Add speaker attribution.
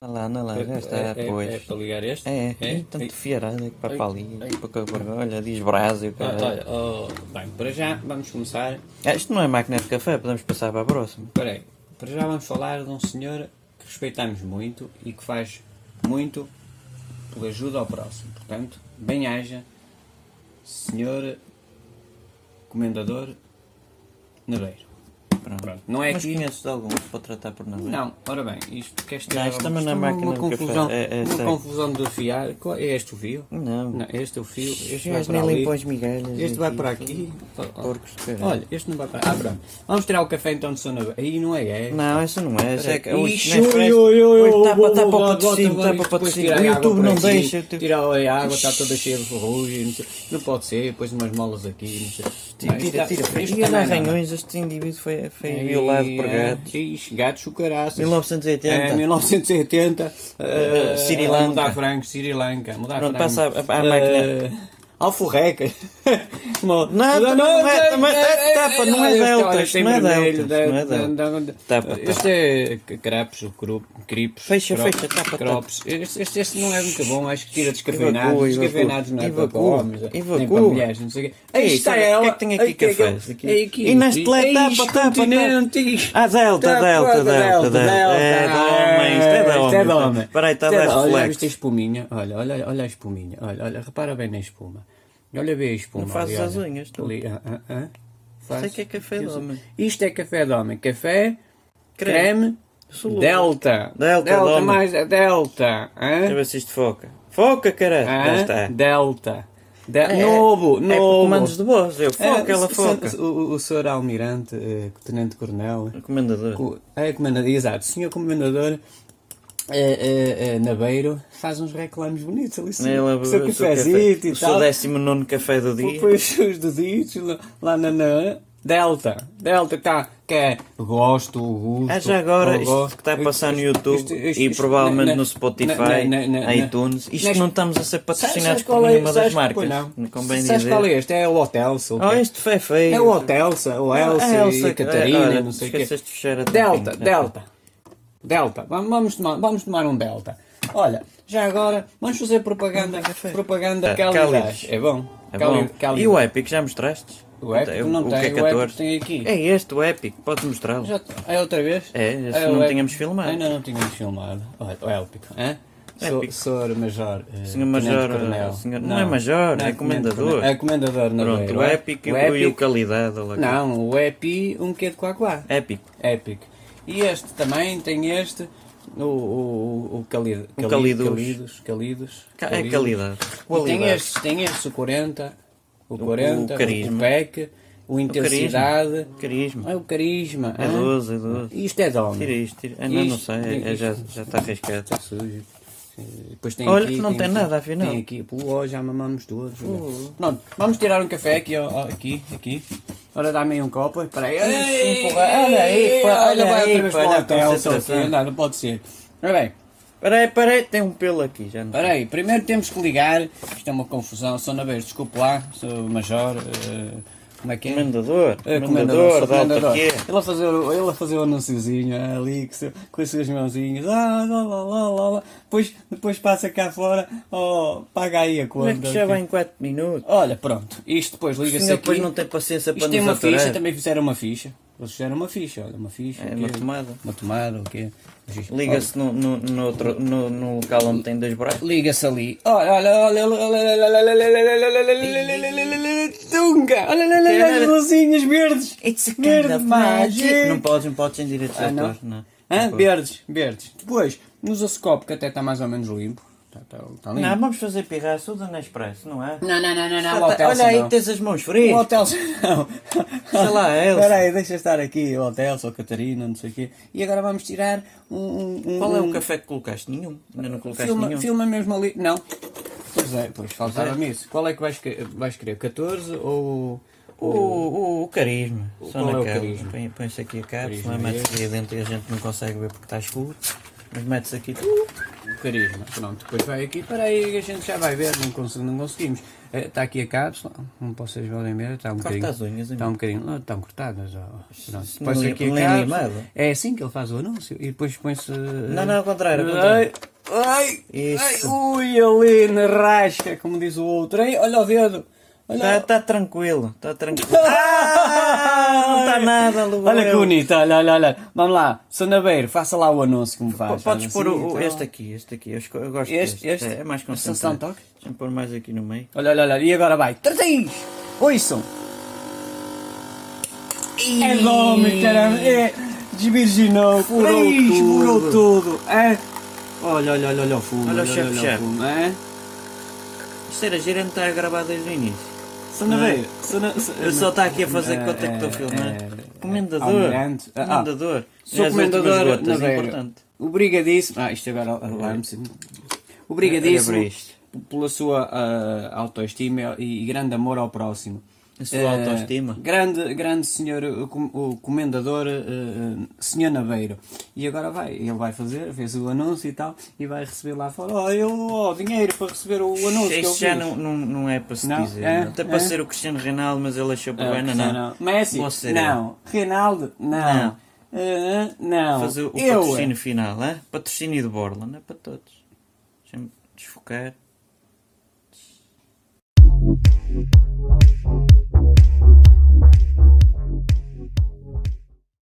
Speaker 1: Olha lá, olha lá, já está,
Speaker 2: é,
Speaker 1: pois.
Speaker 2: é Então, para ligar este?
Speaker 1: É, é, tanto
Speaker 2: Ei,
Speaker 1: fiarada que para
Speaker 2: Ei,
Speaker 1: para ali, né,
Speaker 2: ei.
Speaker 1: para cá, para cá, olha, diz brasa e o
Speaker 2: pronto, olha,
Speaker 1: caralho.
Speaker 2: oh, bem, para já vamos começar.
Speaker 1: Ah, Isto não é máquina de café, podemos passar para a próxima.
Speaker 2: Espera aí, para já vamos falar de um senhor que respeitamos muito e que faz muito pela ajuda ao próximo. Portanto, bem-haja, senhor comendador Naveiro.
Speaker 1: Pronto.
Speaker 2: Pronto, não é
Speaker 1: Mas
Speaker 2: aqui.
Speaker 1: conheço de alguns para tratar por nada.
Speaker 2: Não, ora bem, isto que esta
Speaker 1: Não,
Speaker 2: é
Speaker 1: isto também não é
Speaker 2: uma,
Speaker 1: máquina
Speaker 2: uma
Speaker 1: de café,
Speaker 2: confusão,
Speaker 1: é- é
Speaker 2: uma
Speaker 1: sério.
Speaker 2: confusão do fiar. Qual- É este o fio?
Speaker 1: Não.
Speaker 2: Não, este é o fio, este vai
Speaker 1: Este
Speaker 2: para
Speaker 1: nem
Speaker 2: ali.
Speaker 1: limpam as migalhas.
Speaker 2: Este vai para aqui.
Speaker 1: é Porcos de um caralho.
Speaker 2: Olha, este não vai para. Ah, pronto. Vamos tirar o café então de Sona. Aí não é, é.
Speaker 1: Não, essa não é. Essa é que,
Speaker 2: Ixi,
Speaker 1: hoje, neste
Speaker 2: ui, ui, ui,
Speaker 1: hoje
Speaker 2: ui,
Speaker 1: está para
Speaker 2: vou-
Speaker 1: está para
Speaker 2: vou-
Speaker 1: o
Speaker 2: vou-
Speaker 1: patrocínio,
Speaker 2: vou-
Speaker 1: está para
Speaker 2: isto
Speaker 1: o patrocínio.
Speaker 2: depois
Speaker 1: O
Speaker 2: tirar a água
Speaker 1: YouTube
Speaker 2: por
Speaker 1: não
Speaker 2: aqui,
Speaker 1: deixa. tipo,
Speaker 2: Tirar a água, está toda cheia de ferrugem. Não, sei- não pode ser, depois umas molas aqui. Não sei. Não,
Speaker 1: Tira,
Speaker 2: isto
Speaker 1: tira,
Speaker 2: está-
Speaker 1: tira.
Speaker 2: isto
Speaker 1: Isto dá
Speaker 2: também não. é
Speaker 1: arranhões, este indivíduo foi, foi violado por
Speaker 2: Ai,
Speaker 1: gatos.
Speaker 2: Ixi, é, gatos o caraças.
Speaker 1: 1980.
Speaker 2: É, 1980. eh,
Speaker 1: É, Sri Lanka.
Speaker 2: Mudar frango, Sri Lanka. Mudar
Speaker 1: Pronto,
Speaker 2: frango.
Speaker 1: passa a- a- à
Speaker 2: Eh,
Speaker 1: máquina.
Speaker 2: Alforreca.
Speaker 1: Não,
Speaker 2: Mo- Muda-
Speaker 1: não é-
Speaker 2: tem-
Speaker 1: mas é
Speaker 2: eh,
Speaker 1: tapa, não é
Speaker 2: este
Speaker 1: deltas,
Speaker 2: olha, tem
Speaker 1: não é
Speaker 2: vermelho,
Speaker 1: deltas,
Speaker 2: da-
Speaker 1: não é
Speaker 2: da-
Speaker 1: deltas.
Speaker 2: da-
Speaker 1: Tapa, tapa.
Speaker 2: Este é c- crapos, o cru- cripos.
Speaker 1: Fecha,
Speaker 2: crops,
Speaker 1: fecha, tapa, tapa.
Speaker 2: crops. Este, este- este não é muito bom, acho que tira descafeinados.
Speaker 1: Evacua, evacua.
Speaker 2: Descafeinados não é para
Speaker 1: Evacua,
Speaker 2: homens, nem para
Speaker 1: evacua.
Speaker 2: mulheres, não sei o quê. Aí
Speaker 1: Ei,
Speaker 2: está
Speaker 1: sabe o que é
Speaker 2: ela.
Speaker 1: que tem aqui
Speaker 2: Ei, é
Speaker 1: cafés?
Speaker 2: aquilo?
Speaker 1: Aqui.
Speaker 2: É aqui.
Speaker 1: E neste leite
Speaker 2: Ei,
Speaker 1: tapa, tapa, tapa.
Speaker 2: continente. Tá
Speaker 1: Ah, Delta,
Speaker 2: Tapa,
Speaker 1: Delta, Delta, Delta. É de homem, isto é de
Speaker 2: Isto é de
Speaker 1: homem.
Speaker 2: homem.
Speaker 1: Espera aí, está a
Speaker 2: Isto é
Speaker 1: dar
Speaker 2: de- Olha,
Speaker 1: reflexo.
Speaker 2: viste a espuminha? Olha, olha, olha a espuminha. Olha, olha, repara bem na espuma. Olha bem a espuma.
Speaker 1: Não fazes
Speaker 2: ali, olha.
Speaker 1: as unhas, tu?
Speaker 2: Ali, ah, ah, ah. Faz.
Speaker 1: Sei que é café de
Speaker 2: Eu sei.
Speaker 1: homem.
Speaker 2: Isto é café de homem. Café, creme,
Speaker 1: Creme. Soluto.
Speaker 2: delta.
Speaker 1: Delta de homem.
Speaker 2: mais delta. hã?
Speaker 1: Deixa eu ver se isto foca. Foca, caralho!
Speaker 2: Hã?
Speaker 1: Já está.
Speaker 2: Delta. De-
Speaker 1: É-
Speaker 2: novo,
Speaker 1: É por comandos de
Speaker 2: novo.
Speaker 1: voz, eu
Speaker 2: É,
Speaker 1: foca, ela
Speaker 2: se-
Speaker 1: foca.
Speaker 2: se- O, o senhor almirante, eh, tenente coronel,
Speaker 1: Comendador.
Speaker 2: Co- É, comendador, exato. O senhor comendador é, é, é, Nabeiro faz uns reclames bonitos ali. sim.
Speaker 1: é Ela
Speaker 2: o seu
Speaker 1: bebeu o seu
Speaker 2: cafezito
Speaker 1: café.
Speaker 2: e
Speaker 1: O seu
Speaker 2: tal.
Speaker 1: 19 café do dia.
Speaker 2: Depois os deditos lá, lá na, na Delta. Delta que tá, que é gosto, gosto.
Speaker 1: Ah, já agora,
Speaker 2: eu
Speaker 1: isto
Speaker 2: gosto.
Speaker 1: que está a passar no
Speaker 2: oh, Isto-
Speaker 1: YouTube
Speaker 2: isto- isto-
Speaker 1: e
Speaker 2: isto-
Speaker 1: provavelmente
Speaker 2: na-
Speaker 1: no
Speaker 2: na-
Speaker 1: Spotify,
Speaker 2: na- na- na-
Speaker 1: iTunes, isto
Speaker 2: Neste-
Speaker 1: não estamos a ser patrocinados
Speaker 2: Sabes
Speaker 1: por
Speaker 2: qual é-
Speaker 1: nenhuma das
Speaker 2: sabes-
Speaker 1: marcas.
Speaker 2: pois não.
Speaker 1: convém
Speaker 2: Sabes
Speaker 1: dizer.
Speaker 2: qual é este? É o Hotel. Sul,
Speaker 1: Oh,
Speaker 2: que é-
Speaker 1: este foi feio.
Speaker 2: É o Hotelsa, ou a Elsa,
Speaker 1: Ah,
Speaker 2: e a Catarina,
Speaker 1: olha,
Speaker 2: não sei o quê.
Speaker 1: esqueceste de fechar a É
Speaker 2: Delta,
Speaker 1: tampinha.
Speaker 2: Delta. Delta. Vamos, vamos tomar, vamos tomar um Delta. Olha, já agora, vamos fazer propaganda, propaganda
Speaker 1: Ah,
Speaker 2: Calidás.
Speaker 1: Cálidas.
Speaker 2: É bom?
Speaker 1: É
Speaker 2: Cali-
Speaker 1: bom.
Speaker 2: Cali-
Speaker 1: E o Epic, já mostraste?
Speaker 2: O Epic
Speaker 1: É,
Speaker 2: não
Speaker 1: o
Speaker 2: tem,
Speaker 1: que é
Speaker 2: o
Speaker 1: 14?
Speaker 2: Epic tem aqui.
Speaker 1: É este, o Epic, podes mostrá-lo.
Speaker 2: Já- é outra vez?
Speaker 1: É, se não tínhamos filmado.
Speaker 2: Ainda não tínhamos filmado. Olha, o Élpico, hã?
Speaker 1: Élpico.
Speaker 2: Senhor Major. eh,
Speaker 1: Senhor
Speaker 2: Tenente
Speaker 1: Major,
Speaker 2: Coronel.
Speaker 1: eh, senhor- não é Major, é
Speaker 2: Tenente
Speaker 1: Comendador.
Speaker 2: Coronel. É comendador, não
Speaker 1: Pronto, o Epic e o- e o Calidade. olha lá.
Speaker 2: é? Não, o Epi, um quê de quá quá.
Speaker 1: Epic.
Speaker 2: Epic. E este também tem este, o, o, o, o Cali- Cali-
Speaker 1: Um Calidus.
Speaker 2: Calidos. Calidos.
Speaker 1: Ca- É qualidade.
Speaker 2: E tem
Speaker 1: Qualidade.
Speaker 2: estes, tem estes, o 40, o 40, o,
Speaker 1: carisma.
Speaker 2: PEC, o Intensidade.
Speaker 1: Carisma.
Speaker 2: É o carisma.
Speaker 1: É
Speaker 2: hã?
Speaker 1: 12, é 12.
Speaker 2: Isto é de homem.
Speaker 1: Tira isto, tira. Ah, não, não
Speaker 2: Isto,
Speaker 1: sei, é- é já já está arriscado.
Speaker 2: Está sujo. Eh, Depois tem
Speaker 1: Olha
Speaker 2: aqui,
Speaker 1: que não tem
Speaker 2: aqui-
Speaker 1: nada, afinal.
Speaker 2: Tem aqui, pô, já mamamos todos. olha. Pronto, vamos tirar um café aqui, ó, ó, aqui, aqui. Ora, dá-me aí um copo, espera aí. Ei,
Speaker 1: porra, olha aí, pá, olha
Speaker 2: vai outra
Speaker 1: aí,
Speaker 2: vez
Speaker 1: pá,
Speaker 2: para
Speaker 1: olha
Speaker 2: lá,
Speaker 1: a
Speaker 2: tá, eu sou
Speaker 1: concentração.
Speaker 2: assim, Não, não pode ser. Ora bem,
Speaker 1: Peraí, peraí, tem um pelo aqui, já não
Speaker 2: Espera aí, primeiro temos que ligar. Isto é uma confusão. Sou na vez, desculpe lá, sou major. eh, como é que é?
Speaker 1: Comendador,
Speaker 2: Eh,
Speaker 1: comendador,
Speaker 2: sou
Speaker 1: da autarquia.
Speaker 2: Ele a fazer, o- ele a fazer o anunciozinho eh, ali com, seu- com as suas mãozinhas. Ah, lá, lá, lá, lá, lá. Depois, depois passa cá fora. Oh, paga aí a
Speaker 1: Como
Speaker 2: conta.
Speaker 1: é que já vai em 4 minutos?
Speaker 2: Olha, pronto. Isto depois
Speaker 1: O
Speaker 2: liga-se
Speaker 1: senhor
Speaker 2: aqui.
Speaker 1: depois não tem paciência para
Speaker 2: Isto tem
Speaker 1: nos
Speaker 2: uma ficha,
Speaker 1: aturar.
Speaker 2: também fizeram uma ficha. Eles fizeram uma ficha, olha, uma ficha.
Speaker 1: É,
Speaker 2: o quê?
Speaker 1: uma tomada.
Speaker 2: Uma tomada, o quê?
Speaker 1: Liga-se no, no, no outro, no, no local onde tem dois buracos.
Speaker 2: Liga-se ali. Olha, olha, olha, olha, olha, olha, olha, olha, olha, olha, olha, olha, olha, olha, olha, Tunga! Olha, olha, olha, olha, as luzinhas verdes!
Speaker 1: It's a
Speaker 2: Verde magic.
Speaker 1: Não podes, não podes sem direitos de
Speaker 2: Ah, não?
Speaker 1: autor, não.
Speaker 2: Hã?
Speaker 1: Não podes.
Speaker 2: Verdes, verdes. Depois, usa o copo que até está mais ou menos limpo. Está tá, tá limpo.
Speaker 1: Não, vamos fazer pirraça, usa na expresso, não é?
Speaker 2: Não, não, não, não, não, o
Speaker 1: Ah, tá,
Speaker 2: hotel
Speaker 1: Olha aí,
Speaker 2: não.
Speaker 1: tens as mãos
Speaker 2: O
Speaker 1: frias.
Speaker 2: um hotel não.
Speaker 1: Sei lá, Elsa.
Speaker 2: Espera aí, deixa estar aqui o hotel, sou Catarina, não sei o quê. E agora vamos tirar um... um, um
Speaker 1: Qual é o
Speaker 2: um-
Speaker 1: café que colocaste? Nenhum. Ainda não colocaste
Speaker 2: Filma,
Speaker 1: nenhum.
Speaker 2: filma mesmo ali. Não. Pois é, pois faltava-me isso. Qual é que vais, que- vais querer? 14 ou.
Speaker 1: O, o, o carisma. Só
Speaker 2: qual é
Speaker 1: na
Speaker 2: o
Speaker 1: cábula.
Speaker 2: carisma?
Speaker 1: Põe- Põe-se aqui a
Speaker 2: Carisma
Speaker 1: cápsula,
Speaker 2: é
Speaker 1: mete-se aqui dentro e a gente não consegue ver porque está escuro. Mas mete-se aqui. tu,
Speaker 2: carisma. Pronto, depois vai aqui, para aí, a gente já vai ver, não, conse- não conseguimos. Eh, Está aqui a cápsula, como vocês podem ver, está um
Speaker 1: Corta
Speaker 2: bocadinho.
Speaker 1: as unhas,
Speaker 2: Está
Speaker 1: amigo.
Speaker 2: um bocadinho. Não, estão cortadas. ó. Pronto.
Speaker 1: Isso
Speaker 2: Depois
Speaker 1: não é-
Speaker 2: aqui a
Speaker 1: não é
Speaker 2: cápsula.
Speaker 1: animado?
Speaker 2: É assim que ele faz o anúncio. E depois põe-se. Não,
Speaker 1: não, ao contrário, ao contrário.
Speaker 2: Ai, ai,
Speaker 1: Isso.
Speaker 2: ui, ali na rasca, como diz o outro. Ai, olha o dedo. Olha,
Speaker 1: Está Tá, tranquilo, está tranquilo. Ah, não está nada, Lugo.
Speaker 2: olha que bonito, olha, olha, olha. Vamos lá, Sonabeiro, faça lá o anúncio como faz.
Speaker 1: Podes
Speaker 2: Faz
Speaker 1: pôr
Speaker 2: assim,
Speaker 1: o- o-
Speaker 2: então.
Speaker 1: este aqui, este aqui. Eu, esco- eu gosto
Speaker 2: Este,
Speaker 1: deste.
Speaker 2: este?
Speaker 1: É, é mais
Speaker 2: Esse é o
Speaker 1: concentrado.
Speaker 2: soundtrack?
Speaker 1: Deixa-me pôr mais aqui no meio.
Speaker 2: Olha, olha, olha, e agora vai. Três! Ouçam! É nome, caramba! É, desvirginou, furou
Speaker 1: Furou
Speaker 2: tudo! Furou
Speaker 1: tudo.
Speaker 2: tudo! É. Olha, olha, olha, olha o fumo!
Speaker 1: Olha o chefe-chefe.
Speaker 2: fumo, é?
Speaker 1: Isto era giro, não está a gravar desde o início.
Speaker 2: Sonaveiro! Sona-
Speaker 1: Eu só está aqui a fazer
Speaker 2: É,
Speaker 1: conta que estou a
Speaker 2: é,
Speaker 1: filmar.
Speaker 2: é,
Speaker 1: Comendador.
Speaker 2: almirante. Ah, ah,
Speaker 1: Comendador.
Speaker 2: Sou
Speaker 1: É as
Speaker 2: comendador
Speaker 1: últimas gotas,
Speaker 2: Naveiro.
Speaker 1: importante.
Speaker 2: Obrigadíssimo. Ah, isto agora alarme-se. Obrigadíssimo
Speaker 1: Olha para isto.
Speaker 2: p- pela sua ah, autoestima e, e grande amor ao próximo.
Speaker 1: A sua
Speaker 2: Eh,
Speaker 1: autoestima.
Speaker 2: Grande, grande senhor, o, com- o comendador, eh, eh, senhor Naveiro. E agora vai, ele vai fazer, fez o anúncio e tal, e vai receber lá fora. Oh, eu, oh, dinheiro para receber o anúncio. que eu
Speaker 1: Isto já
Speaker 2: fiz."
Speaker 1: não, não, não é para se
Speaker 2: Não?
Speaker 1: dizer.
Speaker 2: É?
Speaker 1: não. Até
Speaker 2: É?
Speaker 1: para ser o Cristiano Reinaldo, mas ele achou por
Speaker 2: Ah,
Speaker 1: bem. Não, é?
Speaker 2: Cristiano,
Speaker 1: não.
Speaker 2: Messi?
Speaker 1: Vou ser
Speaker 2: não. Reinaldo? Não. Ah, não.
Speaker 1: Fazer o
Speaker 2: eu, é.
Speaker 1: patrocínio final, é? Patrocínio de Borla, não é para todos. Deixa-me desfocar.